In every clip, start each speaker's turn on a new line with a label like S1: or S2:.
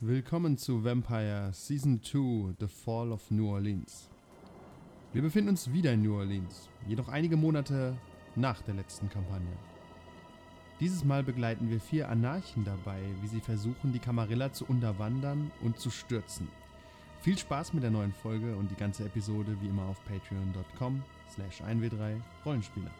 S1: Willkommen zu Vampire Season 2 The Fall of New Orleans. Wir befinden uns wieder in New Orleans, jedoch einige Monate nach der letzten Kampagne. Dieses Mal begleiten wir vier Anarchen dabei, wie sie versuchen, die Camarilla zu unterwandern und zu stürzen. Viel Spaß mit der neuen Folge und die ganze Episode wie immer auf patreon.com slash 1w3 Rollenspieler.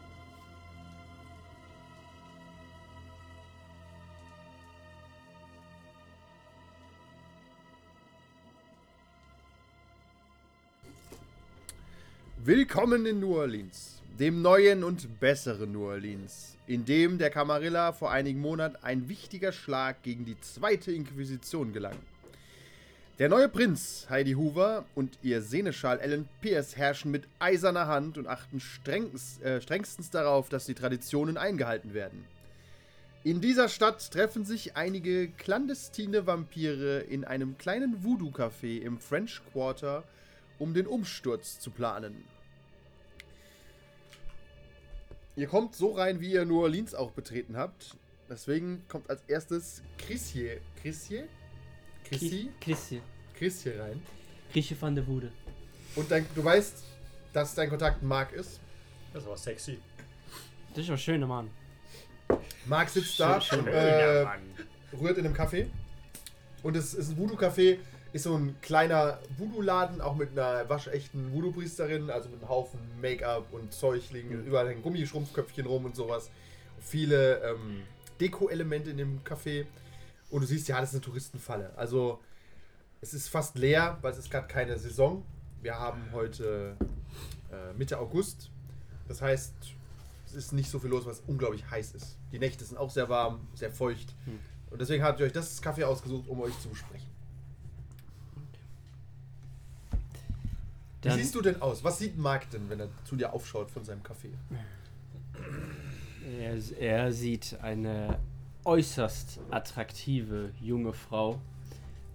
S2: Willkommen in New Orleans, dem neuen und besseren New Orleans, in dem der Camarilla vor einigen Monaten ein wichtiger Schlag gegen die zweite Inquisition gelang. Der neue Prinz Heidi Hoover und ihr Seneschal Ellen Pierce herrschen mit eiserner Hand und achten strengst, äh, strengstens darauf, dass die Traditionen eingehalten werden. In dieser Stadt treffen sich einige clandestine Vampire in einem kleinen Voodoo-Café im French Quarter, um den Umsturz zu planen. Ihr kommt so rein, wie ihr New Orleans auch betreten habt. Deswegen kommt als erstes Chrisje. Chrisje? Chrissy?
S3: Chrissy.
S2: Chrisje rein.
S3: Grieche van der Wude.
S2: Und dein, du weißt, dass dein Kontakt Mark ist.
S4: Das war sexy.
S3: Das ist aber schöner Mann.
S2: Mark sitzt da, äh, rührt in einem Café. Und es ist ein Voodoo-Café, ist so ein kleiner Voodoo-Laden, auch mit einer waschechten Voodoo-Priesterin, also mit einem Haufen Make-up und Zeug liegen überall hängen Gummischrumpfköpfchen rum und sowas. Viele ähm, Deko-Elemente in dem Café. Und du siehst, ja, das ist eine Touristenfalle. Also es ist fast leer, weil es ist gerade keine Saison. Wir haben heute äh, Mitte August. Das heißt, es ist nicht so viel los, was unglaublich heiß ist. Die Nächte sind auch sehr warm, sehr feucht.
S4: Hm.
S2: Und deswegen habt ihr euch das Café ausgesucht, um euch zu besprechen. Wie
S3: Dann,
S2: siehst du denn aus? Was sieht Mark denn, wenn er zu dir aufschaut von seinem Café?
S3: er, er sieht eine äußerst attraktive junge Frau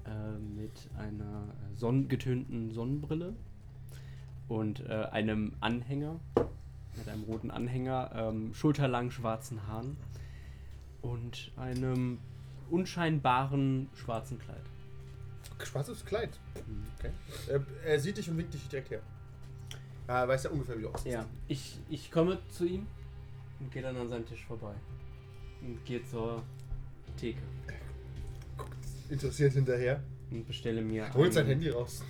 S3: äh, mit einer sonnengetönten Sonnenbrille und äh, einem Anhänger, mit einem roten Anhänger, ähm, schulterlangen schwarzen Haaren und einem unscheinbaren schwarzen Kleid.
S2: Schwarzes Kleid.
S4: Hm.
S2: Okay. Er, er sieht dich und winkt dich direkt her. Ja, er weiß ja ungefähr, wie du aussiehst.
S3: Ja, ich, ich komme zu ihm und gehe dann an seinem Tisch vorbei. Und gehe zur Theke
S2: Guckt interessiert hinterher.
S3: und bestelle mir,
S2: Holt sein
S3: einen,
S2: Handy raus.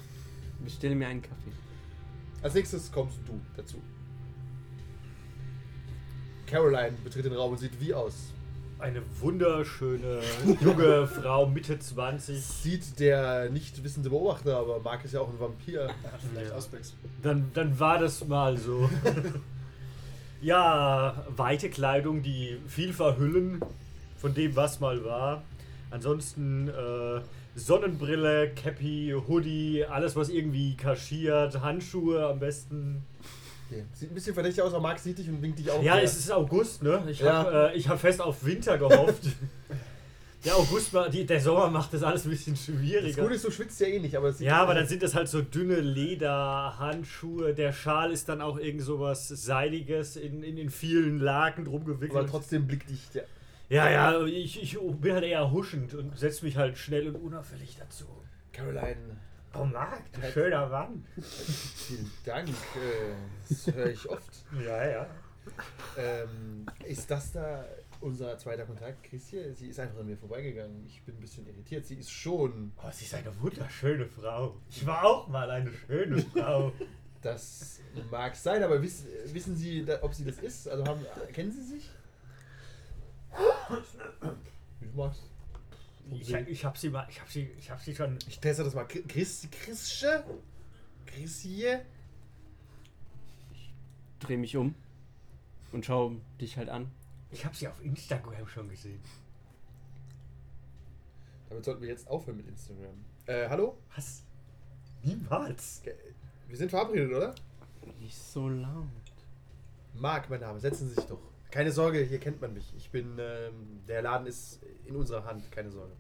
S3: bestelle mir einen Kaffee.
S2: Als nächstes kommst du dazu. Caroline betritt den Raum und sieht wie aus?
S4: Eine wunderschöne junge Frau, Mitte 20.
S2: Sieht der nicht wissende Beobachter, aber Mark ist ja auch ein Vampir.
S4: vielleicht
S2: Aspects.
S4: Dann, dann war das mal so. ja, weite Kleidung, die viel verhüllen von dem, was mal war. Ansonsten äh, Sonnenbrille, Cappy, Hoodie, alles, was irgendwie kaschiert, Handschuhe am besten.
S2: Sieht ein bisschen verdächtig aus, aber Mark sieht dich und winkt dich auch.
S4: Ja,
S2: her.
S4: es ist August, ne? Ich
S2: Ja.
S4: habe äh, ich hab fest auf Winter gehofft. der August, ma- die, der Sommer macht das alles ein bisschen
S2: das
S4: schwieriger.
S2: Gute ist, du schwitzt ja eh nicht, aber es sieht
S4: ja, aber dann sind das halt so dünne Lederhandschuhe. Der Schal ist dann auch irgend so was Seidiges in, in, in vielen Laken drum
S2: aber
S4: gewickelt.
S2: trotzdem blickdicht. Ja.
S4: Ja, ja, ich, ich bin halt eher huschend und setze mich halt schnell und unauffällig dazu.
S2: Caroline,
S4: Oh, Marc, du schöner Mann.
S2: vielen Dank. Äh, das höre ich oft.
S4: Ja, ja.
S2: Ähm, ist das da unser zweiter Kontakt, Christian? Sie ist einfach an mir vorbeigegangen. Ich bin ein bisschen irritiert. Sie ist schon.
S4: Oh, sie ist eine wunderschöne Frau. Ich war auch mal eine schöne Frau.
S2: Das mag sein, aber wiss, wissen Sie, da, ob sie das ist? Also haben, kennen Sie sich? Wie du magst.
S4: Ich, ich habe sie mal, ich habe sie, ich habe sie schon.
S2: Ich teste das mal. Chri- Chris, Chrissche? Chrissie?
S3: Dreh mich um und schau dich halt an.
S4: Ich habe sie auf Instagram schon gesehen.
S2: Damit sollten wir jetzt aufhören mit Instagram. Äh, hallo?
S4: Was? Niemals.
S2: Ge- Wir sind verabredet, oder?
S3: Nicht so laut.
S2: Marc, mein Name, setzen Sie sich doch. Keine Sorge, hier kennt man mich. Ich bin, ähm, der Laden ist in unserer Hand, keine Sorge.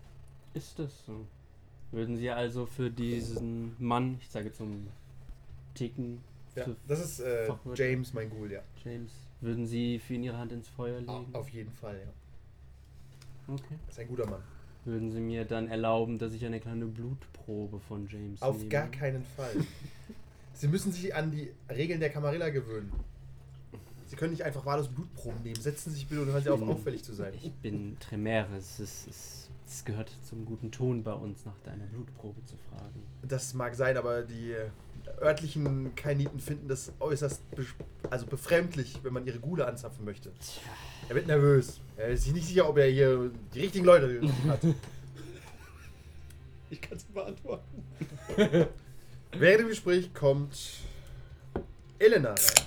S3: Ist das so? Würden Sie also für diesen Mann, ich sage zum Ticken,
S2: Ja,
S3: für
S2: das ist äh,
S3: Fachwirt.
S2: James, mein Ghoul, ja.
S3: James, würden Sie für ihn Ihre Hand ins Feuer legen?
S2: Auf jeden Fall, ja.
S3: Okay.
S2: Ist ein guter Mann.
S3: würden Sie mir dann erlauben, dass ich eine kleine Blutprobe von James
S2: Auf
S3: nehme?
S2: gar keinen Fall. Sie müssen sich an die Regeln der Camarilla gewöhnen. Sie können nicht einfach wahllos Blutproben nehmen. Setzen Sie sich bitte und hören Sie auf,
S3: Mhm.
S2: auffällig zu sein.
S3: Ich bin Tremere. Es, ist, es, es gehört zum guten Ton bei uns, nach deiner Blutprobe zu fragen.
S2: Das mag sein, aber die äh, örtlichen Kainiten finden das äußerst be also befremdlich, wenn man ihre Gule anzapfen möchte.
S3: Tja,
S2: Er wird nervös. Er ist sich nicht sicher, ob er hier die richtigen Leute hat.
S5: Ich kann es beantworten.
S2: Während dem Gespräch kommt Elena rein.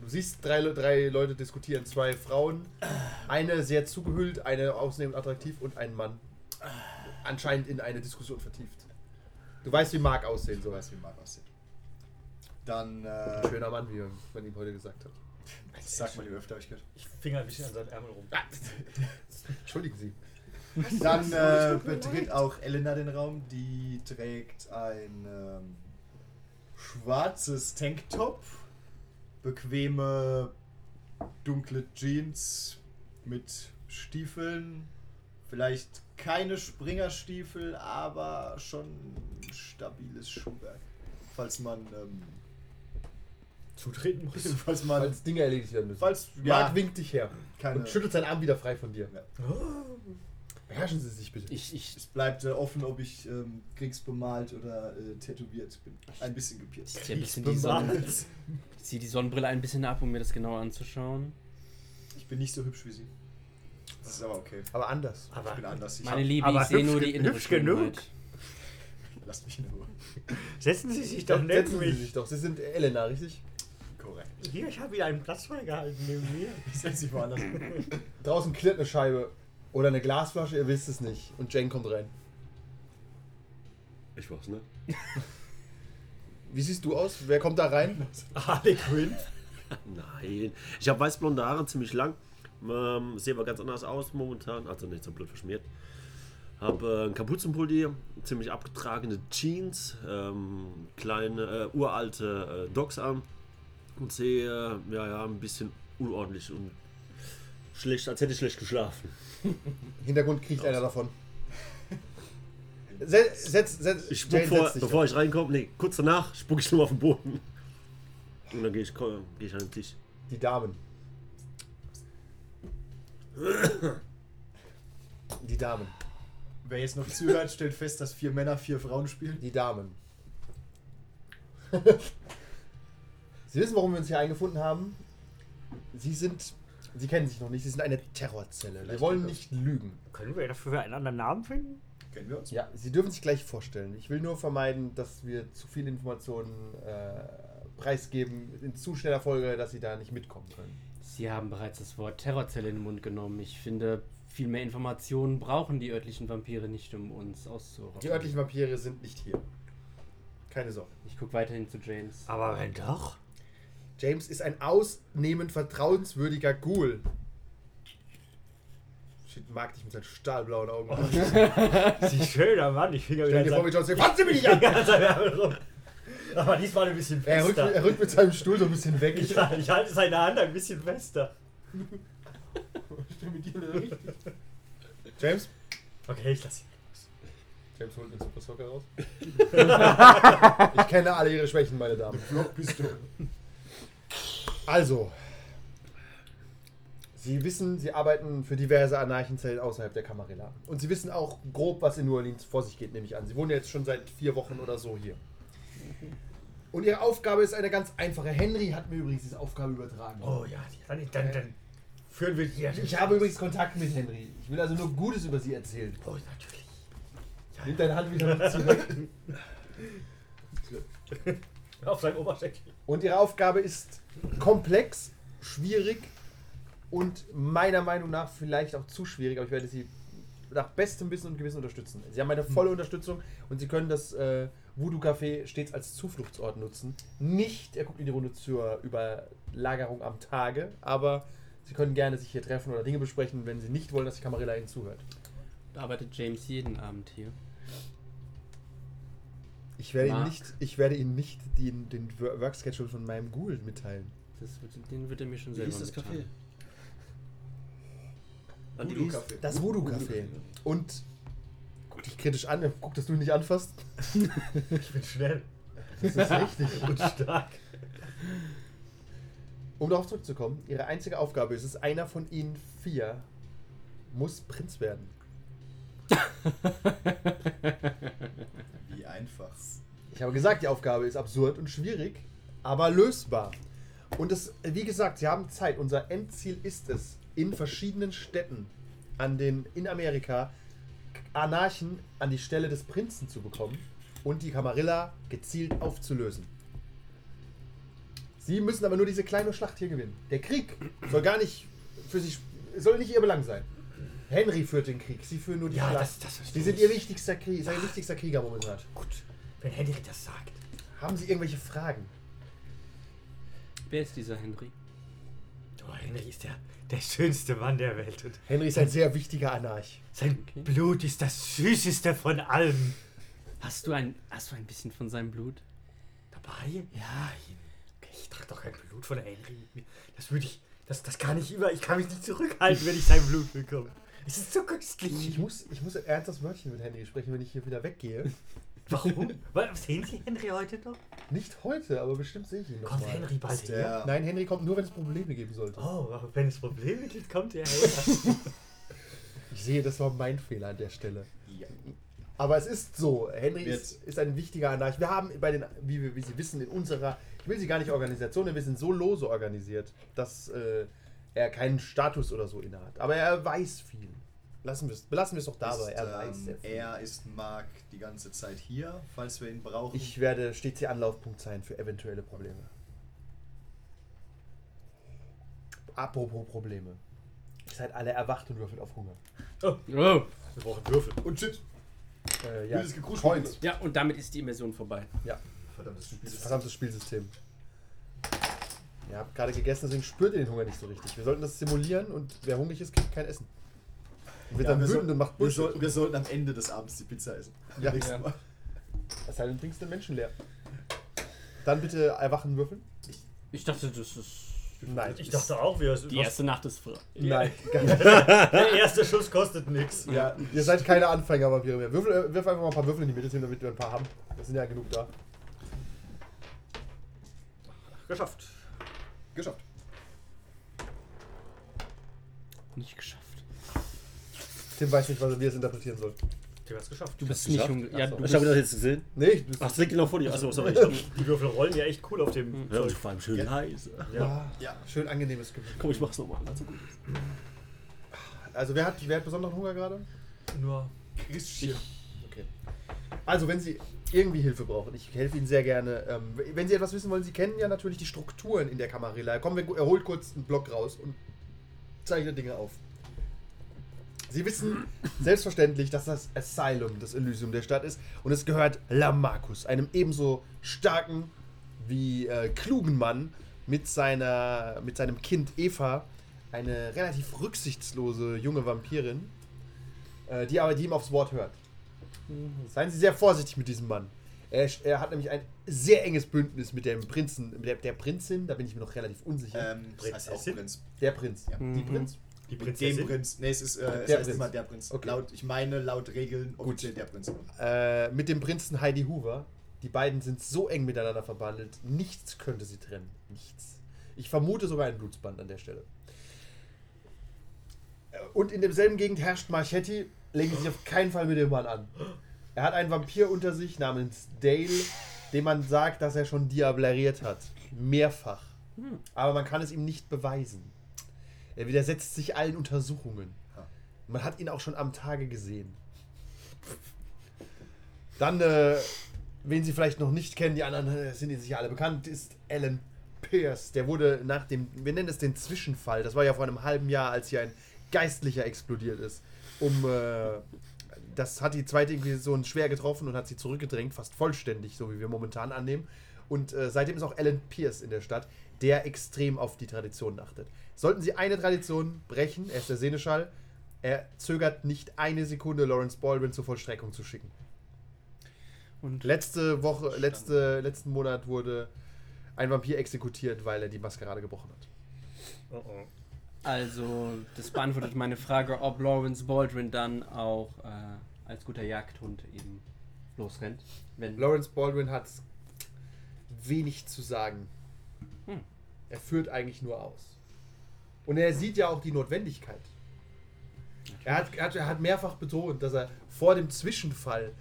S2: Du siehst drei, Le- drei Leute diskutieren, zwei Frauen, eine sehr zugehüllt, eine ausnehmend attraktiv und ein Mann. Anscheinend in eine Diskussion vertieft. Du weißt, wie Mark aussehen
S5: Du
S2: soll.
S5: weißt, wie Marc aussieht. Dann,
S2: Ein
S5: äh,
S2: schöner Mann, wie man ihm heute gesagt hat.
S5: das sagt man, wie öfter hab ich gehört.
S4: Ich finger ein bisschen an seinem Ärmel rum.
S2: Ah, Entschuldigen Sie.
S5: Dann äh, betritt auch Elena den Raum. Die trägt ein ähm, schwarzes Tanktop, bequeme dunkle Jeans mit Stiefeln. Vielleicht keine Springerstiefel, aber schon ein stabiles Schuhwerk. Falls man, ähm,
S4: Zutreten muss.
S5: falls man,
S2: Falls Dinge erledigt werden müssen.
S5: falls,
S2: Mark
S5: ja,
S2: winkt dich her
S5: keine,
S2: und schüttelt seinen Arm wieder frei von dir.
S4: Oh,
S2: Beherrschen Sie sich bitte.
S3: ich, ich,
S5: es bleibt äh, offen, ob ich ähm, kriegsbemalt oder äh, tätowiert bin. Ein bisschen
S3: ich
S5: gepierst.
S3: ziehe ein bisschen die, Sonne,
S4: bemalt.
S3: ich zieh die Sonnenbrille ein bisschen ab, um mir das genauer anzuschauen.
S5: Ich bin nicht so hübsch wie sie. Das ist aber okay.
S2: Aber anders.
S5: Ich
S4: Aber
S5: bin anders. Ich
S3: Meine Liebe,
S4: aber
S3: ich sehe
S4: hübsch
S3: nur
S4: ge-
S3: die innere
S4: hübsch genug.
S3: Schönheit.
S5: Lasst mich in Ruhe.
S4: setzen Sie sich doch neben
S2: Setzen Sie
S4: mich.
S2: sich doch. Sie sind Elena, richtig?
S5: Korrekt.
S4: Hier, ich habe wieder einen Platz freigehalten neben mir.
S5: Ich setze sie woanders hin.
S2: Draußen klirrt eine Scheibe oder eine Glasflasche, ihr wisst es nicht. Und Jane kommt rein.
S6: Ich weiß ne? nicht.
S2: Wie siehst du aus? Wer kommt da rein?
S4: Harley Quinn.
S6: Nein. Ich habe weißblonde Haare, ziemlich lang. Ähm, sehe aber ganz anders aus momentan. Also nicht so blöd verschmiert. Habe äh, einen Kapuzenpulli, ziemlich abgetragene Jeans, ähm, kleine, äh, uralte äh, Docks an und sehe, äh, ja, ja, ein bisschen unordentlich und schlecht, als hätte ich schlecht geschlafen.
S2: Im Hintergrund kriegt einer davon. Se- Setz, setz,
S6: Ich spuck vor,
S2: setzt sich
S6: bevor ich reinkomme, nee, kurz danach spucke ich nur auf den Boden. Und dann gehe ich, ko- geh ich an den Tisch.
S2: Die Damen. Die Damen.
S5: Wer jetzt noch zuhört, stellt fest, dass vier Männer vier Frauen spielen.
S2: Die Damen. Sie wissen, warum wir uns hier eingefunden haben. Sie sind. Sie kennen sich noch nicht. Sie sind eine Terrorzelle. Wir
S5: Vielleicht
S2: wollen
S5: wird
S2: nicht lügen.
S4: Können wir dafür einen anderen Namen finden?
S5: Kennen wir uns?
S2: Ja, Sie dürfen sich gleich vorstellen. Ich will nur vermeiden, dass wir zu viele Informationen äh, preisgeben in zu schneller Folge, dass Sie da nicht mitkommen können.
S3: Sie haben bereits das Wort Terrorzelle in den Mund genommen. Ich finde, viel mehr Informationen brauchen die örtlichen Vampire nicht, um uns auszurotten.
S2: Die örtlichen Vampire sind nicht hier. Keine Sorge.
S3: Ich gucke weiterhin zu James.
S4: Aber wenn doch.
S2: James ist ein ausnehmend vertrauenswürdiger Ghoul. Shit, mag dich mit seinen stahlblauen Augen.
S4: Sie schöner Mann. Ich finger wieder
S2: Stell
S4: an
S2: dir vor, wie John
S4: seinem-
S2: sagt, fass sie mich nicht an!
S4: an seinem Ärmel rum. Aber diesmal ein bisschen
S2: Er rückt,
S4: fester.
S2: er rückt mit seinem Stuhl so ein bisschen weg.
S4: Ich, ich halte seine Hand ein bisschen fester.
S2: James?
S4: Okay, ich lasse ihn.
S2: James holt den Super Soccer raus. ich kenne alle ihre Schwächen, meine Damen.
S5: Block bist du.
S2: Also, Sie wissen, Sie arbeiten für diverse Anarchenzellen außerhalb der Camarilla. Und Sie wissen auch grob, was in New Orleans vor sich geht, nehme ich an. Sie wohnen ja jetzt schon seit vier Wochen oder so hier. Und Ihre Aufgabe ist eine ganz einfache. Henry hat mir übrigens diese Aufgabe übertragen.
S4: Oh ja, dann, dann, dann führen wir die.
S2: Ich habe übrigens Kontakt mit Henry. Ich will also nur Gutes über Sie erzählen.
S4: Oh, natürlich.
S2: Nimm deine Hand wieder zurück.
S4: Auf seinem Oberschenkel.
S2: Und ihre Aufgabe ist komplex, schwierig und meiner Meinung nach vielleicht auch zu schwierig, aber ich werde sie nach bestem Wissen und Gewissen unterstützen. Sie haben meine volle Unterstützung und Sie können das äh, Voodoo-Café stets als Zufluchtsort nutzen. Nicht, er guckt in die Runde zur Überlagerung am Tage, aber Sie können gerne sich hier treffen oder Dinge besprechen, wenn Sie nicht wollen, dass die Kamarilla Ihnen zuhört.
S3: Da arbeitet James jeden Abend hier.
S2: Ich werde, Ihnen
S3: Mark.
S2: nicht, ich werde Ihnen nicht den, den Work-Schedule von meinem Ghoul mitteilen.
S3: Das wird, den wird er mir schon
S6: Wie
S3: selber
S6: ist das
S3: mitteilen.
S6: Café? An die East.
S2: Voodoo-Kaffee. Das Voodoo-Kaffee. Und. Guck dich kritisch an, guck, dass du ihn nicht anfasst.
S4: Ich bin schnell
S2: Das ist richtig.
S4: und stark.
S2: Um darauf zurückzukommen, ihre einzige Aufgabe ist es, einer von ihnen vier muss Prinz werden.
S5: Wie einfach.
S2: Ich habe gesagt, die Aufgabe ist absurd und schwierig, aber lösbar. Und das, wie gesagt, sie haben Zeit. Unser Endziel ist es, in verschiedenen Städten an den, in Amerika Anarchen an die Stelle des Prinzen zu bekommen und die Camarilla gezielt aufzulösen. Sie müssen aber nur diese kleine Schlacht hier gewinnen. Der Krieg soll gar nicht für sie, sp- soll nicht ihr Belang sein. Henry führt den Krieg, sie führen nur die Schlacht.
S4: verstehe
S2: Sie sind ihr wichtigster, Krieg, sein wichtigster Krieger momentan.
S4: Gut, wenn Henrik das sagt.
S2: Haben Sie irgendwelche Fragen?
S3: Wer ist dieser Henry?
S4: Oh, Henrik ist der, der schönste Mann der Welt und
S2: Henry ist ein sehr wichtiger Anarch.
S4: sein
S3: Okay.
S4: Blut ist das süßeste von allem.
S3: Hast du ein, hast du ein bisschen von seinem Blut?
S4: Dabei?
S3: Ja.
S4: Ich trage doch kein Blut von Henry. Das würde ich, das, das kann ich immer, ich kann mich nicht zurückhalten, wenn ich sein Blut bekomme. Es ist so
S2: Ich
S4: köstlich.
S2: muss, ich muss ein ernstes Wörtchen mit Henry sprechen, wenn ich hier wieder weggehe.
S4: Warum? Weil, sehen Sie Henry heute noch?
S2: Nicht heute, aber bestimmt sehe ich ihn
S4: Kommt
S2: nochmal.
S4: Henry bald her?
S5: Der
S2: Nein, Henry kommt nur, wenn es Probleme geben sollte.
S4: Oh, aber wenn es Probleme gibt, kommt er her.
S2: Ich sehe, das war mein Fehler an der Stelle.
S5: ja.
S2: Aber es ist so, Henry
S5: Wird-
S2: ist, ist ein wichtiger Anarch. Wir haben bei den, wie, wir, wie Sie wissen, in unserer, ich will sie gar nicht Organisation, nennen, wir sind so lose organisiert, dass äh, er keinen Status oder so innehat. Aber er weiß viel. Lassen wir es, belassen wir es doch dabei.
S5: ist,
S2: er weiß sehr
S5: ähm,
S2: viel.
S5: er ist Mark die ganze Zeit hier, falls wir ihn brauchen.
S2: Ich werde stets ihr Anlaufpunkt sein für eventuelle Probleme. Apropos Probleme. Ihr seid alle erwacht und würfelt auf Hunger.
S3: Oh.
S4: Wir brauchen Würfel.
S5: und Chips.
S2: Äh, ja.
S5: Wildes Gekrusch.
S2: Coins.
S3: Ja, und damit ist die Immersion vorbei.
S5: Verdammtes Spiel.
S2: Das verdammtes Spielsystem. Ihr habt gerade gegessen, deswegen spürt ihr den Hunger nicht so richtig. Wir sollten das simulieren und wer hungrig ist, kriegt kein Essen. Und wird
S5: Ja,
S2: dann
S5: wir
S2: wütend
S5: sollten-
S2: und macht
S5: wir,
S2: Bullshit.
S5: sollten, wir sollten am Ende des Abends die Pizza essen.
S2: Ja.
S5: Nächstes
S2: Ja.
S5: Mal.
S2: Es sei denn, du bringst den Menschen leer. Dann bitte erwachen würfeln.
S3: Ich dachte, das ist.
S2: Nein.
S4: Ich dachte auch, wir
S3: Die erste Nacht ist frei.
S2: Nein. gar nicht.
S4: Der erste Schuss kostet nichts.
S2: Ja, ihr seid keine Anfängervampire mehr. Würfel, äh, wirf einfach mal ein paar Würfel in die Mitte, hin, damit wir ein paar haben. Das sind ja genug da.
S4: Geschafft.
S5: Geschafft.
S3: Nicht geschafft.
S2: Tim weiß nicht, was er, wie er es interpretieren soll.
S4: Du hast geschafft.
S3: Du bist
S6: geschafft?
S3: nicht hungrig. Ja,
S2: Ach so.
S3: du
S6: Ich habe das
S3: bist.
S6: jetzt gesehen.
S2: Nee, ich, das,
S6: Ach, das liegt genau vor dir. Achso, sorry. Ich hab,
S4: Die Würfel rollen ja echt cool auf dem
S6: ja,
S4: Zeug.
S6: ich vor allem schön leise.
S2: Ah,
S5: Ja.
S2: schön angenehmes Gefühl.
S6: Komm, ich mach's nochmal. Also gut.
S2: Also, wer hat, wer hat besonderen Hunger gerade?
S4: Nur
S5: Christian.
S2: Okay. Also, wenn Sie irgendwie Hilfe brauchen, ich helfe Ihnen sehr gerne. Ähm, wenn Sie etwas wissen wollen, Sie kennen ja natürlich die Strukturen in der Kamarilla. Komm, wir, er holt kurz einen Block raus und zeichnet Dinge auf. Sie wissen selbstverständlich, dass das Asylum das Elysium der Stadt ist und es gehört Lamarcus, einem ebenso starken wie äh, klugen Mann mit, seiner, mit seinem Kind Eva, eine relativ rücksichtslose junge Vampirin, äh, die aber die ihm aufs Wort hört. Seien Sie sehr vorsichtig mit diesem Mann. Er, er hat nämlich ein sehr enges Bündnis mit dem Prinzen, mit der, der Prinzin, da bin ich mir noch relativ unsicher.
S5: Ähm, das heißt auch
S4: Prinzessin?
S5: Prinz.
S2: der Prinz.
S5: ja.
S2: Die Prinz?
S4: die
S5: Mit dem
S4: Prinzessin.
S5: Prinz. Nee, es ist äh, es
S2: Der
S5: heißt
S2: Prinz.
S5: immer der Prinz.
S2: Okay.
S5: Laut, ich meine laut Regeln offiziell der Prinz.
S2: Äh, mit dem Prinzen Heidi Hoover. Die beiden sind so eng miteinander verbandelt, nichts könnte sie trennen. Nichts. Ich vermute sogar ein Blutsband an der Stelle. Äh, Und in demselben Gegend herrscht Marchetti. Legen Sie sich auf keinen Fall mit dem Mann an. Er hat einen Vampir unter sich namens Dale, dem man sagt, dass er schon diableriert hat. Mehrfach. Aber man kann es ihm nicht beweisen. Er widersetzt sich allen Untersuchungen.
S5: Ha.
S2: Man hat ihn auch schon am Tage gesehen. Dann, äh, wen Sie vielleicht noch nicht kennen, die anderen äh, sind Ihnen sicher alle bekannt, ist Alan Pierce. Der wurde nach dem, wir nennen es den Zwischenfall, das war ja vor einem halben Jahr, als hier ein Geistlicher explodiert ist, um, äh, das hat die zweite Inquisition schwer getroffen und hat sie zurückgedrängt, fast vollständig, so wie wir momentan annehmen. Und äh, seitdem ist auch Alan Pierce in der Stadt, der extrem auf die Traditionen achtet. Sollten Sie eine Tradition brechen, er ist der Seneschall, er zögert nicht eine Sekunde, Lawrence Baldwin zur Vollstreckung zu schicken.
S3: Und
S2: Letzte Woche, letzte, letzten Monat wurde ein Vampir exekutiert, weil er die Maskerade gebrochen hat.
S4: Oh, oh.
S3: Also, das beantwortet meine Frage, ob Lawrence Baldwin dann auch äh, als guter Jagdhund eben losrennt. Wenn
S2: Lawrence Baldwin hat wenig zu sagen.
S3: Hm.
S2: Er führt eigentlich nur aus. Und er sieht ja auch die Notwendigkeit. Er hat, er, hat, er hat mehrfach betont, dass er vor dem Zwischenfall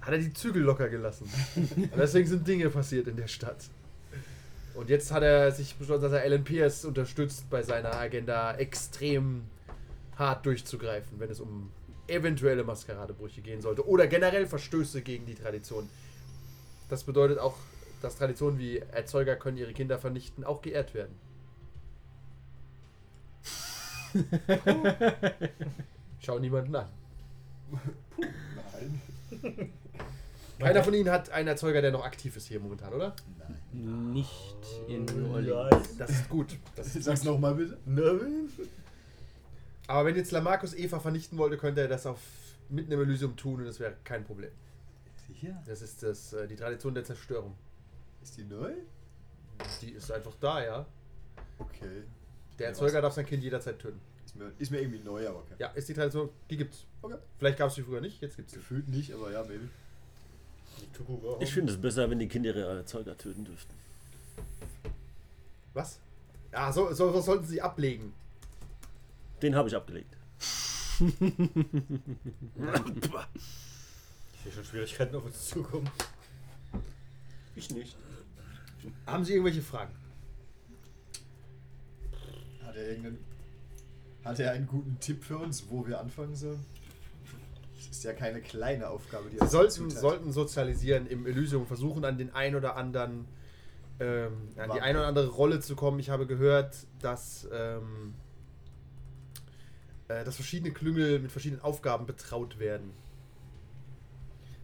S2: hat er die Zügel locker gelassen. Und deswegen sind Dinge passiert in der Stadt. Und jetzt hat er sich beschlossen, dass er Alan Pierce unterstützt bei seiner Agenda extrem hart durchzugreifen, wenn es um eventuelle Maskeradebrüche gehen sollte oder generell Verstöße gegen die Tradition. Das bedeutet auch, dass Traditionen wie Erzeuger können ihre Kinder vernichten auch geehrt werden. Schau niemanden an.
S5: Nein.
S2: Keiner von Ihnen hat einen Erzeuger, der noch aktiv ist hier momentan, oder?
S5: Nein.
S3: nicht in New Orleans.
S4: Nice.
S2: Das ist gut. Das ist
S5: Sag's nochmal bitte.
S4: Nervin?
S2: Aber wenn jetzt Lamarcus Eva vernichten wollte, könnte er das auf mitten im Elysium tun und das wäre kein Problem.
S5: Sicher?
S2: Das ist das, äh, die Tradition der Zerstörung.
S5: Ist die neu?
S2: Die ist einfach da, ja.
S5: Okay.
S2: Der
S5: Ja,
S2: Erzeuger
S5: was?
S2: darf sein Kind jederzeit töten.
S5: Ist mir, ist mir irgendwie neu, aber okay.
S2: Ja, ist die Tradition, die gibt's.
S5: Okay.
S2: Vielleicht gab's die früher nicht, jetzt gibt's sie.
S5: Gefühlt nicht, aber ja, maybe.
S4: Die Tokugawa.
S6: Ich finde es besser, wenn die Kinder ihre Erzeuger töten dürften.
S2: Was? Ja, so, so, so sollten sie ablegen.
S6: Den habe ich abgelegt.
S4: Ich sehe schon Schwierigkeiten auf uns zukommen.
S6: Ich nicht.
S2: Haben Sie irgendwelche Fragen?
S5: Hat er irgendeinen. Hat er einen guten Tipp für uns, wo wir anfangen sollen? Das ist ja keine kleine Aufgabe, die
S2: Sie sollten,
S5: zuteil-
S2: sollten sozialisieren im Elysium, versuchen an den ein oder anderen, ähm, an die
S5: Warte.
S2: ein oder andere Rolle zu kommen. Ich habe gehört, dass, ähm, äh, dass verschiedene Klüngel mit verschiedenen Aufgaben betraut werden.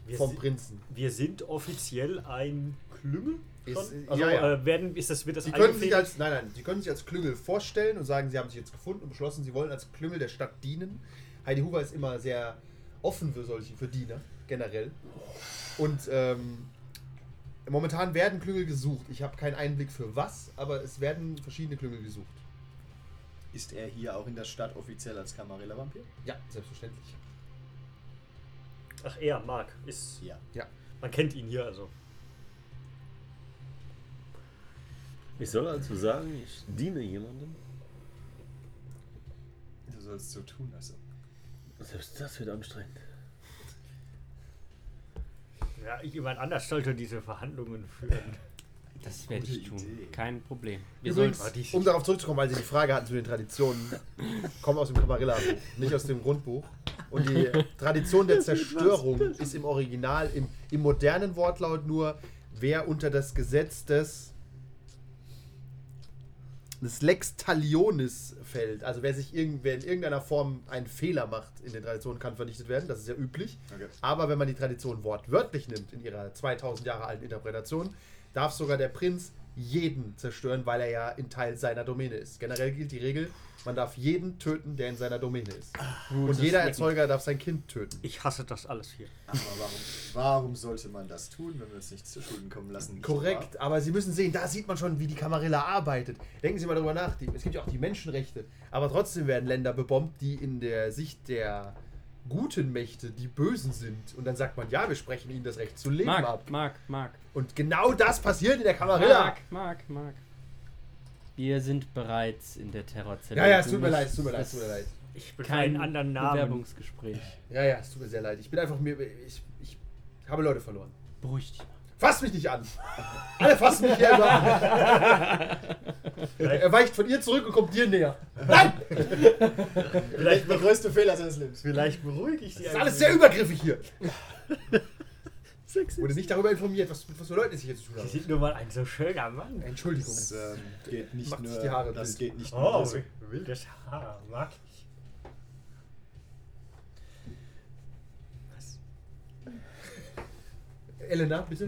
S4: Wir,
S2: vom
S4: si-
S2: Prinzen.
S4: wir sind offiziell ein Klüngel? schon?
S2: Ist-
S4: also,
S2: ja, ja.
S4: Äh, werden, ist das, wird das
S2: Sie können sich
S4: eingefädelt?
S2: als, nein, nein, Sie können sich als Klüngel vorstellen und sagen, Sie haben sich jetzt gefunden und beschlossen, Sie wollen als Klüngel der Stadt dienen. Heidi Huber ist immer sehr offen für solche, für Diener generell. Und ähm, momentan werden Klüngel gesucht. Ich habe keinen Einblick für was, aber es werden verschiedene Klüngel gesucht.
S5: Ist er hier auch in der Stadt offiziell als Camarilla-Vampir?
S2: Ja, selbstverständlich.
S4: Ach, er, Mark. Ist,
S5: Ja.
S4: Man kennt ihn hier also.
S6: Ich soll also sagen, ich diene jemandem.
S5: Du sollst so tun, also.
S6: Selbst das wird anstrengend.
S4: Ja, ich, jemand anders sollte diese Verhandlungen führen.
S3: Das werde ich tun.
S5: Idee.
S3: Kein Problem. Wir
S2: Übrigens,
S3: sollen-
S2: um darauf zurückzukommen, weil Sie die Frage hatten zu den Traditionen, kommen aus dem Camarilla-Buch, nicht aus dem Grundbuch. Und die Tradition der Zerstörung ist im Original, im, im modernen Wortlaut nur, wer unter das Gesetz des, des Lex Talionis fällt. Also wer sich irgendwer in irgendeiner Form einen Fehler macht in den Traditionen, kann vernichtet werden. Das ist ja üblich.
S5: Okay.
S2: Aber wenn man die Tradition wortwörtlich nimmt, in ihrer 2000 Jahre alten Interpretation, darf sogar der Prinz jeden zerstören, weil er ja in Teil seiner Domäne ist. Generell gilt die Regel, man darf jeden töten, der in seiner Domäne ist. Und jeder Erzeuger darf sein Kind töten.
S4: Ich hasse das alles hier.
S5: Aber warum, warum sollte man das tun, wenn wir uns nicht zu Schulden kommen lassen? nicht wahr?
S2: Korrekt, aber Sie müssen sehen, da sieht man schon, wie die Kamarilla arbeitet. Denken Sie mal darüber nach, die, es gibt ja auch die Menschenrechte, aber trotzdem werden Länder bebombt, die in der Sicht der guten Mächte die Bösen sind. Und dann sagt man, ja, wir sprechen ihnen das Recht zu leben ab.
S3: Mark, Mark, Mark.
S2: Und genau das passiert in der Kamarilla.
S3: Mark, Mark, Mark. Wir sind bereits in der Terrorzelle.
S2: Ja, ja, es
S3: Du
S2: tut mir leid,
S3: musst-
S2: es tut mir leid,
S3: das
S2: es tut mir leid.
S4: Ich
S3: ist
S4: bin
S3: Kein
S4: keinen anderen Namen.
S3: Bewerbungsgespräch.
S2: Ja, ja, es tut mir sehr leid. Ich bin einfach mir. Ich, ich habe Leute verloren.
S3: Beruhig dich.
S2: Fass mich nicht an! Alle fassen mich hier immer an! Er weicht von ihr zurück und kommt dir näher.
S4: Vielleicht,
S5: Der
S4: beru
S5: größte Fehler seines Lebens.
S4: vielleicht beruhige ich die
S2: Das ist alles sehr übergriffig hier. Wurde nicht darüber informiert, was mit was für Leuten es sich hier zu tun
S4: Sie
S2: hat.
S4: sind nur mal ein so schöner Mann.
S2: Entschuldigung.
S5: Das ähm, geht nicht
S2: Macht sich
S5: nur.
S2: die Haare
S5: das
S2: wild.
S5: geht nicht nur.
S4: Oh,
S5: so.
S4: wi- wildes Haar. Mag ich. Was?
S2: Elena, bitte?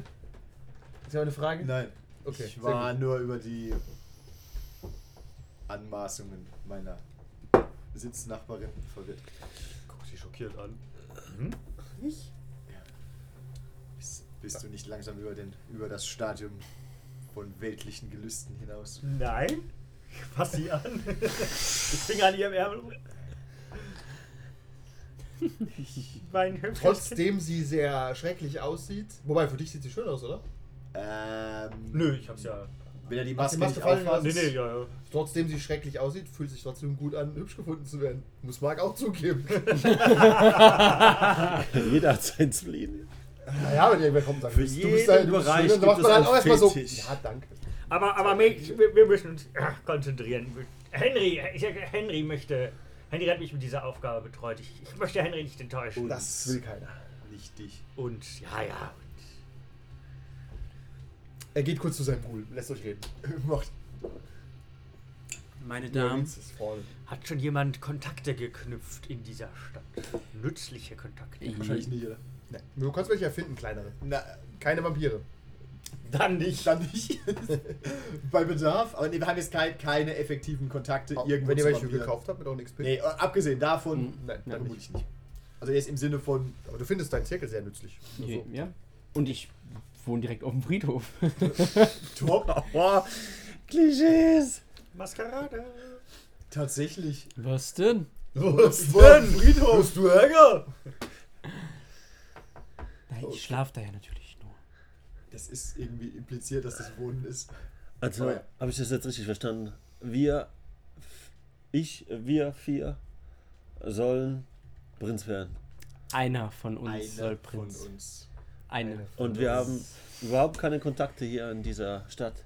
S2: Ist ja eine Frage?
S5: Nein,
S2: Okay,
S5: ich
S2: sehr
S5: war
S2: gut.
S5: nur über die Anmaßungen meiner Sitznachbarin verwirrt.
S4: Guck sie schockiert an. Hm?
S5: Bist, bist du nicht langsam über, den, über das Stadium von weltlichen Gelüsten hinaus?
S4: Nein? Fass sie an. Ich fing an ihrem Ärmel rum. Mein hübsches Kind.
S2: Trotzdem sie sehr schrecklich aussieht. Wobei, für dich sieht sie schön aus, oder?
S5: Ähm,
S4: Nö, ich hab's ja.
S5: Wenn er die
S2: Hast du
S5: Maske,
S2: die Maske
S5: nicht
S2: fallen
S5: aufhat,
S4: Nee, nee, ja, ja.
S2: Trotzdem sie schrecklich aussieht, fühlt sich trotzdem gut an, hübsch gefunden zu werden. Muss Marc auch zugeben.
S6: Jeder hat sein Spleen.
S2: naja, wenn irgendwer kommt und sagt,
S6: Für
S2: du bist
S6: jeden
S2: ein
S6: Bereich
S2: Schöner, dann
S6: gibt
S2: macht
S6: es
S2: man halt
S6: einen
S2: auch erstmal so.
S6: Fetisch.
S2: Ja, danke.
S4: Aber, aber Mädchen, wir, wir müssen uns äh, konzentrieren. Henry, ich, Henry möchte. Henry hat mich mit dieser Aufgabe betreut. Ich, ich möchte Henry nicht enttäuschen.
S2: Oh, Das will keiner.
S5: nicht dich.
S4: Und ja, ja.
S2: Er geht kurz zu seinem Pool, lässt euch reden. Macht
S3: Meine
S2: ja.
S3: Damen,
S2: ist voll.
S4: Hat schon jemand Kontakte geknüpft in dieser Stadt? Nützliche Kontakte.
S5: Wahrscheinlich nicht, oder?
S2: Du kannst welche erfinden, kleinere.
S5: Na,
S2: Keine Vampire.
S5: dann nicht. Dann nicht. Bei Bedarf. Aber nee, wir haben jetzt kein, keine effektiven Kontakte irgendwo
S2: Wenn ihr
S5: zu
S2: welche
S5: Vampiren.
S2: gekauft habt, mit auch nichts
S5: Nee, äh, abgesehen davon,
S3: Mhm.
S2: Nein,
S3: Ja,
S2: dann nicht.
S5: vermutlich nicht. Also jetzt im Sinne von,
S2: Aber du findest deinen Zirkel sehr nützlich. Nur
S3: je-
S2: so.
S3: ja. Und ich wohne direkt auf dem Friedhof.
S5: top,
S6: Boah, Klischees.
S4: Maskerade.
S5: tatsächlich.
S3: Was denn?
S5: Was denn? Friedhof?
S4: Du Ärger!
S3: Nein,
S5: Oh.
S3: ich schlafe da ja natürlich nur.
S5: Das ist irgendwie impliziert, dass das Wohnen ist.
S6: Also,
S5: Oh ja.
S6: habe ich das jetzt richtig verstanden? Wir, f- ich, wir vier sollen Prinz werden.
S3: Einer von uns
S5: Einer
S3: soll
S5: von
S3: Prinz.
S5: uns.
S3: Eine.
S6: Und wir haben überhaupt keine Kontakte hier in dieser Stadt.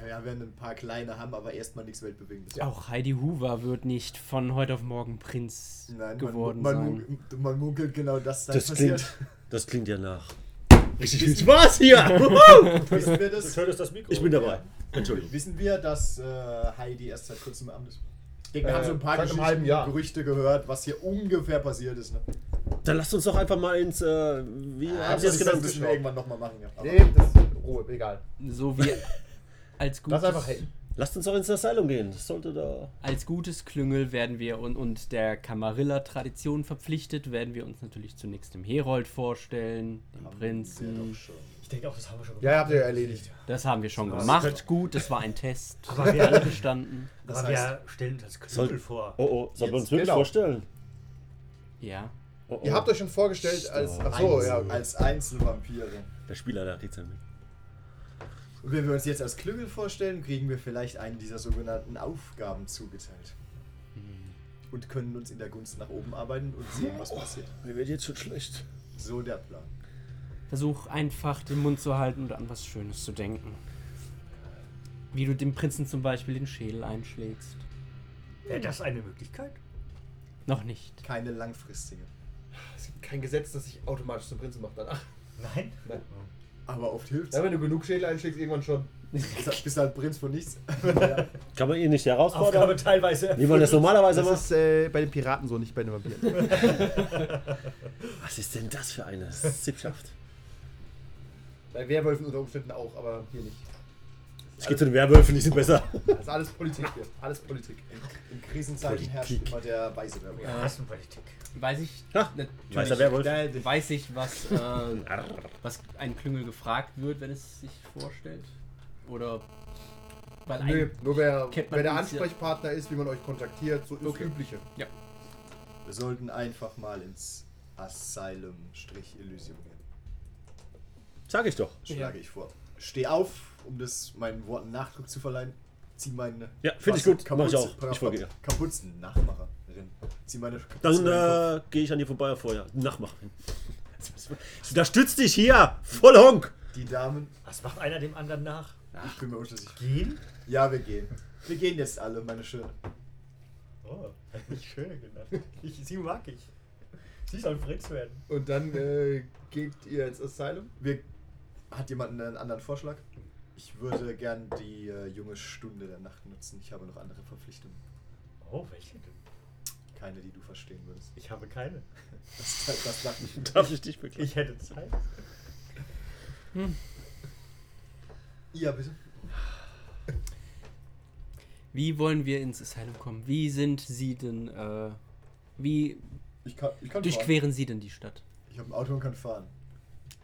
S5: Naja, wir werden ein paar kleine haben, aber erstmal nichts Weltbewegendes.
S3: Auch Heidi Hoover wird nicht von heute auf morgen Prinz
S5: Nein,
S3: geworden
S5: man,
S3: sein.
S5: man, munk- man munkelt genau, dass das,
S6: Das
S5: passiert.
S6: klingt, das klingt ja nach. Richtig viel Spaß hier!
S5: Wissen wir das?
S4: Schön ist das Mikro.
S6: Ich bin dabei. Entschuldigung.
S5: Wissen wir, dass äh, Heidi erst seit kurzem im Amt ist? Ich denke, wir
S2: Äh,
S5: haben so ein paar
S2: seit einem
S5: Geschichten,
S2: halben Jahr.
S5: Gerüchte gehört, was hier ungefähr passiert ist. Ne?
S6: Dann lasst uns doch einfach mal ins. Äh, wie
S5: Ja,
S6: habt
S5: das,
S6: ihr es
S5: das
S6: genannt?
S5: müssen wir irgendwann nochmal machen. Ja. Aber
S2: Nee, das ist Ruhe, egal.
S3: So wie als
S2: Das
S3: gutes,
S2: ist einfach hey.
S6: Lasst uns doch ins Asylum gehen. Das sollte da.
S3: als gutes Klüngel werden wir und, und der Kamarilla-Tradition verpflichtet, werden wir uns natürlich zunächst dem Herold vorstellen, dem
S5: Ja, doch
S3: Prinzen.
S5: schon.
S4: Ich denke auch, das haben wir schon
S2: Ja, habt ihr ja erledigt.
S3: Das haben wir schon
S4: Das
S3: gemacht.
S4: könnte-
S3: Gut, das war ein Test.
S4: Aber
S3: Wir
S4: wir-
S3: alle bestanden.
S4: Das
S5: Das
S4: Aber
S5: heißt-
S4: wir stellen uns als Knüppel
S6: Soll-
S4: vor.
S6: Oh oh, sollten wir
S5: Jetzt,
S6: uns wirklich
S2: genau.
S6: vorstellen?
S3: Ja.
S6: Oh, oh.
S2: Ihr habt euch schon vorgestellt als.
S6: Stimmt.
S2: Achso,
S5: Einzel-
S2: ja.
S5: Als Einzelvampire.
S6: Der Spieler, der redet mit.
S5: Und wenn wir uns jetzt als Klüngel vorstellen, kriegen wir vielleicht einen dieser sogenannten Aufgaben zugeteilt. Und können uns in der Gunst nach oben arbeiten und sehen, was passiert.
S6: Mir wird jetzt schon schlecht.
S5: So der Plan.
S3: Versuch einfach den Mund zu halten und an was Schönes zu denken. Wie du dem Prinzen zum Beispiel den Schädel einschlägst.
S4: Wäre das eine Möglichkeit?
S3: Noch nicht.
S5: Keine langfristige.
S2: Es gibt kein Gesetz, das sich automatisch zum Prinzen macht danach.
S4: Nein?
S2: Nein.
S5: Aber oft hilft's.
S2: Ja, wenn du genug Schädel einschlägst, irgendwann schon.
S5: Bist halt- Bist halt Prinz von nichts.
S6: Kann man ihn nicht herausfordern?
S4: Aufgabe teilweise.
S6: Wie man das normalerweise macht?
S2: ist äh, bei den Piraten so, nicht bei den Vampiren.
S6: Was ist denn das für eine Sippschaft?
S2: bei Werwölfen unter Umständen auch, aber hier nicht.
S6: Ich gehe zu den Werwölfen, die sind besser.
S2: Das ist alles Politik hier. Alles Politik.
S5: In Krisenzeiten herrscht
S6: Politik.
S5: immer der Weise Werbung.
S4: Ja, Rassenpolitik.
S3: Weiß ich,
S6: Ha,
S2: Ne,
S6: Weißer
S3: natürlich,
S6: Werwolf.
S3: weiß ich was, äh, was ein Klüngel gefragt wird, wenn es sich vorstellt? Oder weil
S2: Nö,
S3: ein,
S2: nur wer,
S3: Kennt man
S2: wer der
S3: uns hier?
S2: Ansprechpartner ist, wie man euch kontaktiert, so ist
S3: Okay.
S2: übliche.
S5: Wir sollten einfach mal ins Asylum-Elysium gehen.
S6: Sag ich doch.
S5: Schlage ich vor. Steh auf, um das meinen Worten Nachdruck zu verleihen. Zieh meine.
S6: Ja, finde ich
S5: was-
S6: gut. Mach ich auch.
S5: Kapuze-
S6: Ich folge ihr.
S5: Kapuzen, Nachmacherin. Zieh meine Kapuze.
S6: Dann
S5: über den Kopf.
S6: äh, gehe ich an dir vorbei vorher. Nachmachen. Ich unterstütze dich hier. Voll Honk.
S5: Die Damen,
S4: Was macht einer dem anderen nach?
S5: ich bin mir unschlüssig.
S4: Gehen?
S5: Ja, wir gehen. Wir gehen jetzt alle, meine Schöne.
S4: Oh, hat mich schöner genannt. Ich, sie mag ich. Sie soll Fritz werden.
S2: Und dann äh, geht ihr ins Asylum.
S5: Wir, hat jemand einen anderen Vorschlag? Ich würde gern die äh, junge Stunde der Nacht nutzen. Ich habe noch andere Verpflichtungen.
S4: Oh, welche denn?
S5: Keine, die du verstehen würdest.
S4: Ich habe keine.
S5: Das, das, das lacht mich.
S6: Darf ich dich begleiten?
S4: Ich hätte Zeit.
S5: Ja, bitte.
S3: wie wollen wir ins Asylum kommen? Wie sind sie denn, äh, wie
S5: Ich kann, ich kann fahren.
S3: durchqueren sie denn die Stadt?
S5: Ich habe ein Auto und kann fahren.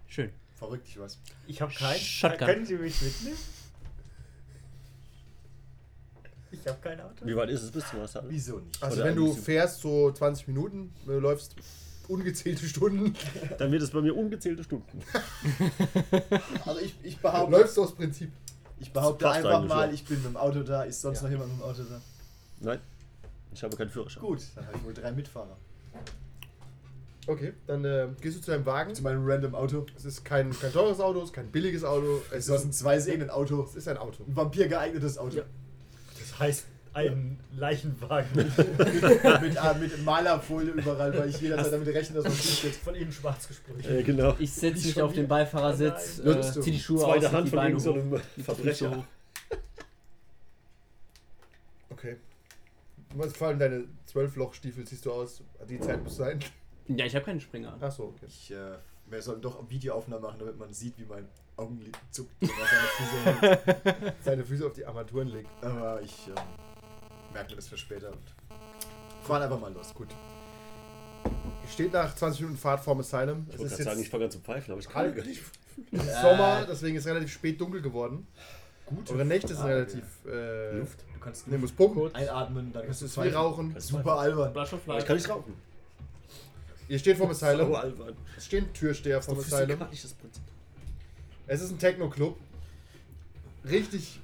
S3: Schön.
S5: Verrückt, ich weiß.
S4: Ich habe keinen. Äh,
S3: Shotgun.
S4: Können Sie mich mitnehmen? Ich habe kein Auto.
S6: Wie weit ist es bis zum Wasser?
S5: Wieso nicht?
S2: Also
S6: Oder
S2: wenn
S6: ein
S2: du
S6: bisschen-
S2: fährst so 20 Minuten, äh, läufst ungezählte Stunden,
S6: Dann wird es bei mir ungezählte Stunden.
S5: Also ich, ich behaupte,
S2: läufst du aus Prinzip.
S5: ich behaupte
S6: Passt
S5: einfach
S6: eigentlich,
S5: mal,
S6: ja.
S5: ich bin mit dem Auto da. Ist sonst noch jemand mit dem Auto da?
S6: Nein, ich habe keinen Führerschein.
S5: Gut, dann habe ich wohl drei Mitfahrer.
S2: Okay, dann äh, gehst du zu deinem Wagen.
S5: Zu meinem random Auto.
S2: Es ist kein, kein teures Auto, es ist kein billiges Auto. Es
S5: Es war
S2: ist
S5: ein
S2: ein,
S5: zweies irgendein Auto.
S2: es ist ein Auto.
S5: Ein Vampir geeignetes Auto.
S4: Ja. Das heißt, ein Leichenwagen
S5: mit, äh, mit Malerfolie überall, weil ich jederzeit damit rechne, dass man steht.
S4: von innen schwarz gesprüht.
S6: Äh, genau.
S3: Ich setze
S5: Ich
S3: mich
S5: schon
S3: auf den
S5: wieder.
S3: Beifahrersitz,
S5: Nein.
S3: äh,
S5: Würdest du?
S3: zieh die Schuhe
S6: Zweite
S3: aus,
S6: Hand
S3: die
S6: von
S3: Beine
S6: irgend so
S3: hoch.
S6: einem
S3: so
S6: Verbrecher.
S2: Okay. Was vor allem deine 12-Loch-Stiefel siehst du aus? Die Zeit muss sein.
S3: Ja, ich habe keinen Springer. an.
S2: Achso, okay.
S5: Ich, äh, wir sollen doch Videoaufnahmen machen, damit man sieht, wie mein Augenlid zuckt, wenn er seine Füße hält.
S2: Seine Füße auf die Armaturen legt.
S5: Aber ich ähm, merke mir das für später und fahren einfach mal los. Gut.
S2: Steht nach 20 Minuten Fahrt vorm Asylum.
S6: Ich
S2: Es
S6: wollte
S2: ist
S6: gerade sagen, ich
S2: jetzt
S6: fange an zu pfeifen, aber ich kann
S2: halb
S6: gar nicht.
S2: Sommer, deswegen ist es relativ spät dunkel geworden.
S5: Gut.
S2: Eure Nächte sind
S5: Frage.
S2: relativ. Äh,
S6: Luft.
S5: Du kannst
S2: Ne,
S5: nur
S2: muss Punkten.
S5: einatmen, dann
S2: Es
S5: kannst du
S2: ist wie
S5: zwei
S2: Rauchen.
S5: Super albern.
S3: Flasche
S6: Aber ich
S3: Fleisch.
S6: kann nicht rauchen.
S2: Ihr steht vorm
S6: Sau
S2: Asylum.
S6: albern.
S2: Es stehen Türsteher
S6: Doch
S2: vorm Asylum.
S6: physikalisches Prinzip.
S2: Es ist ein Techno-Club. Richtig,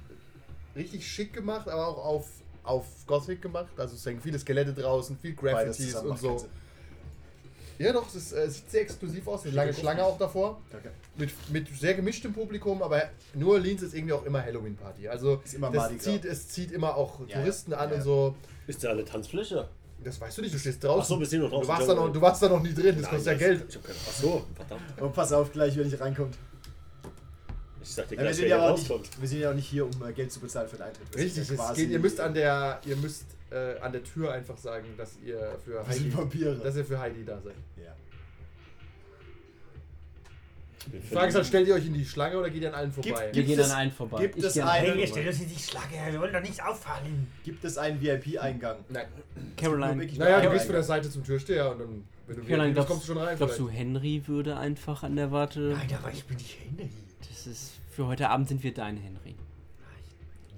S2: richtig schick gemacht, aber auch auf, auf Gothic gemacht. Also es hängen viele Skelette draußen, viel
S5: Beides
S2: Graffitis
S5: zusammen
S2: und
S5: macht
S2: so.
S5: keinen Sinn.
S2: Ja doch, es ist, äh, sieht sehr exklusiv aus. Eine lange Schlange auch davor.
S5: Danke.
S2: Mit, mit sehr gemischtem Publikum, aber New Orleans ist irgendwie auch immer Halloween-Party. Also
S5: Ist immer Mardi
S2: das
S5: Gras.
S2: zieht, es zieht immer auch
S5: Ja,
S2: Touristen
S5: ja.
S2: an
S5: Ja.
S2: und so.
S6: Ist ja alle Tanzfläche.
S2: Das weißt du nicht, du stehst draußen.
S6: Ach so, wir sind noch draußen.
S2: Du warst, da noch, du warst da noch nie drin, das
S6: Nein,
S2: kostet ja
S6: das-
S2: Geld.
S6: Ich hab keine. Ach so, verdammt.
S5: Aber pass auf gleich, wenn ich reinkommt.
S6: Ich sag dir
S5: Ja, wir,
S6: gleich,
S5: sind
S6: wer hier
S5: ja auch nicht,
S6: rauskommt.
S5: wir sind ja auch nicht hier, um äh, Geld zu bezahlen für den Eintritt. Wir sind
S2: Richtig,
S5: ja
S2: es
S5: quasi-
S2: geht, ihr müsst an der, ihr müsst äh, an der Tür einfach sagen, dass ihr für
S5: Wir sind
S2: Heidi,
S5: Vampire.
S2: dass ihr für Heidi da seid.
S5: ja.
S2: Die Frage ist halt- dann, stellt ihr euch in die Schlange oder geht ihr an allen vorbei?
S3: Wir
S5: Gibt
S3: gehen
S5: es-
S3: an einen vorbei.
S5: gibt
S3: ich
S5: es
S3: geh an
S5: einen-
S4: Hey, ihr stellt euch in die Schlange, wir wollen doch nicht auffallen.
S5: Gibt es einen VIP-Eingang?
S2: Nein.
S3: Caroline.
S5: wirklich-
S2: Naja, du
S5: Eingang.
S2: gehst von der Seite zum Türsteher und dann, wenn du wieder gehst,
S3: Caroline, glaubst,
S2: kommst du schon rein.
S3: glaubst du,
S2: vielleicht.
S3: Henry würde einfach an der Warte?
S4: Nein, aber ich bin nicht Henry.
S3: Das ist für heute Abend sind wir dein Henry.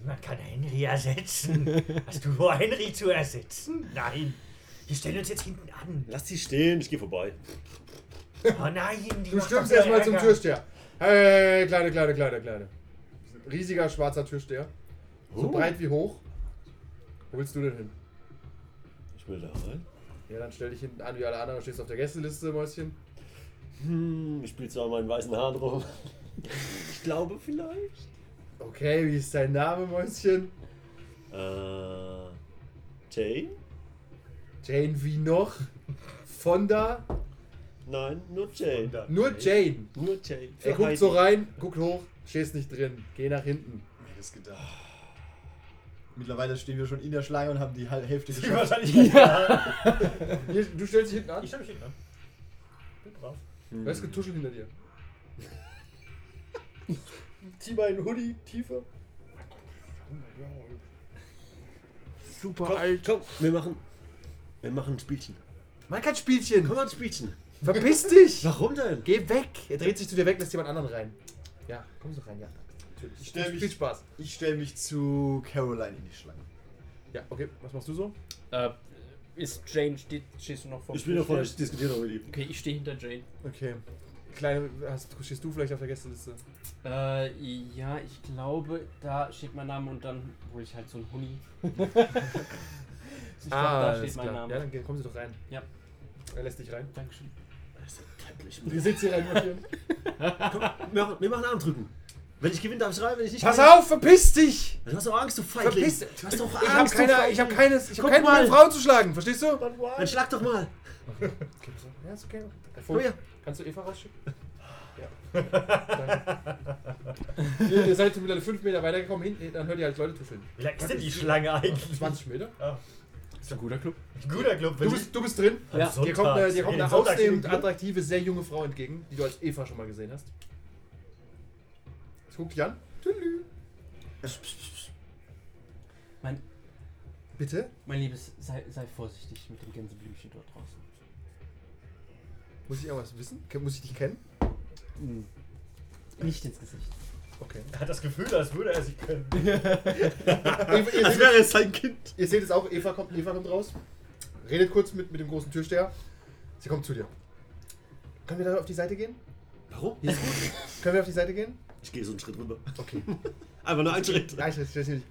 S4: Niemand kann Henry ersetzen. Hast du vor, Henry zu ersetzen? Nein. Wir stellen uns jetzt hinten an.
S6: Lass die stehen, ich geh vorbei.
S4: Oh nein, die
S2: Du
S4: macht
S2: stürmst
S4: doch
S2: erstmal
S4: Ärger.
S2: zum Türsteher. Hey, kleine, kleine, kleine, kleine. Riesiger schwarzer Türsteher. So breit wie hoch. Wo willst du denn hin?
S6: Ich will da rein.
S2: Ja, dann stell dich hinten an wie alle anderen und stehst auf der Gästeliste, Mäuschen.
S6: Hm, ich spiel zwar meinen weißen Haaren rum. ich glaube vielleicht.
S2: Okay, wie ist dein Name, Mäuschen?
S6: Äh. Jane?
S2: Jane wie noch? Fonda?
S6: Nein, nur Jane.
S2: Nur Jane.
S6: Nur Jane.
S2: Er guckt so rein, guckt hoch, stehst nicht drin. Geh nach hinten.
S5: Wer hätte es gedacht? Mittlerweile stehen wir schon in der Schlange und haben die halbe Hälfte
S4: Die
S5: geschafft.
S4: Wahrscheinlichkeit. Ja.
S2: Hier, du stellst dich hinten an.
S4: Ich stelle mich hinten an. Bin brav.
S2: Da ist getuschelt hinter dir. Zieh meinen Hoodie tiefer.
S6: Super komm, alt. Komm, wir machen. Wir machen ein Spielchen.
S2: Mach kein Spielchen.
S6: Komm mal ein Spielchen.
S2: Verpiss dich.
S6: Warum denn?
S2: Geh weg. Er dreht sich zu dir weg, lässt jemand anderen rein. Ja, komm so rein, ja.
S5: Ich stell
S2: Viel
S5: mich,
S2: Spaß.
S5: ich stell mich zu Caroline in die Schlange.
S2: Ja, okay. Was machst du so?
S3: Äh, ist Jane steht, stehst du noch vor?
S6: Ich bin davon, ich diskutiere noch mit ihm.
S3: Okay, ich stehe hinter Jane.
S2: Okay. Kleine, hast, stehst du vielleicht auf der Gästeliste?
S3: Äh, ja, ich glaube, da steht mein Name und dann hole ich halt so einen Huni. ich glaube,
S2: Ah,
S3: da steht mein Name.
S2: Ja, dann geh- kommen sie doch rein.
S3: Ja.
S2: Er lässt dich rein.
S3: Dankeschön.
S6: Das ist ja täpplich.
S2: Ihr sitzt hier rein, Martin.
S6: Wir machen- wir machen Armdrücken. Wenn ich gewinne, darf ich rein, wenn ich nicht
S2: Pass
S6: gewinne-
S2: auf, verpiss dich!
S6: Du hast doch Angst, du Feigling.
S2: Verpiss-
S6: Du hast doch Angst,
S2: Ich hab
S6: du
S2: keine,
S6: Feigling.
S2: ich hab keines, ich hab
S6: Guck
S2: keinen Bock,
S6: mal.
S2: Frauen zu schlagen, verstehst du?
S6: Dann schlag doch mal.
S2: Ja, ist okay.
S6: Komm her.
S2: Kannst du Eva rausschicken? Ja. Danke. ihr, ihr seid mittlerweile 5 Meter weitergekommen, hinten, dann hört ihr halt Leute tuscheln.
S4: Wie lang ist denn die Schlange eigentlich?
S2: 20 Meter?
S3: Ist ein guter Club.
S4: Guter Club, wenn
S2: Du bist, du bist drin.
S4: Am
S3: Ja.
S4: Sonntag.
S2: Dir kommt eine, dir kommt
S4: Jeden
S2: eine
S4: Sonntag in den
S2: ausnehmend
S4: Club.
S2: attraktive, sehr junge Frau entgegen, die du als Eva schon mal gesehen hast. Ich guck dich an. Tüdelü.
S3: Mein,
S2: Bitte?
S3: mein Liebes, sei, sei vorsichtig mit dem Gänseblümchen dort draußen.
S2: Muss ich irgendwas wissen? Ke- Muss ich dich kennen?
S3: Nicht ins Gesicht.
S2: Okay.
S4: Er hat das Gefühl, als würde er sie können.
S2: Eva, ihr,
S6: Als
S2: seht,
S6: wäre es sein Kind.
S2: ihr seht es auch, Eva kommt, Eva kommt raus, redet kurz mit, mit dem großen Türsteher. Sie kommt zu dir. Können wir da auf die Seite gehen?
S6: Warum?
S2: Können wir auf die Seite gehen?
S6: Ich gehe so einen Schritt rüber.
S2: Okay.
S6: Einfach nur einen Schritt.
S2: Nein, ich weiß nicht.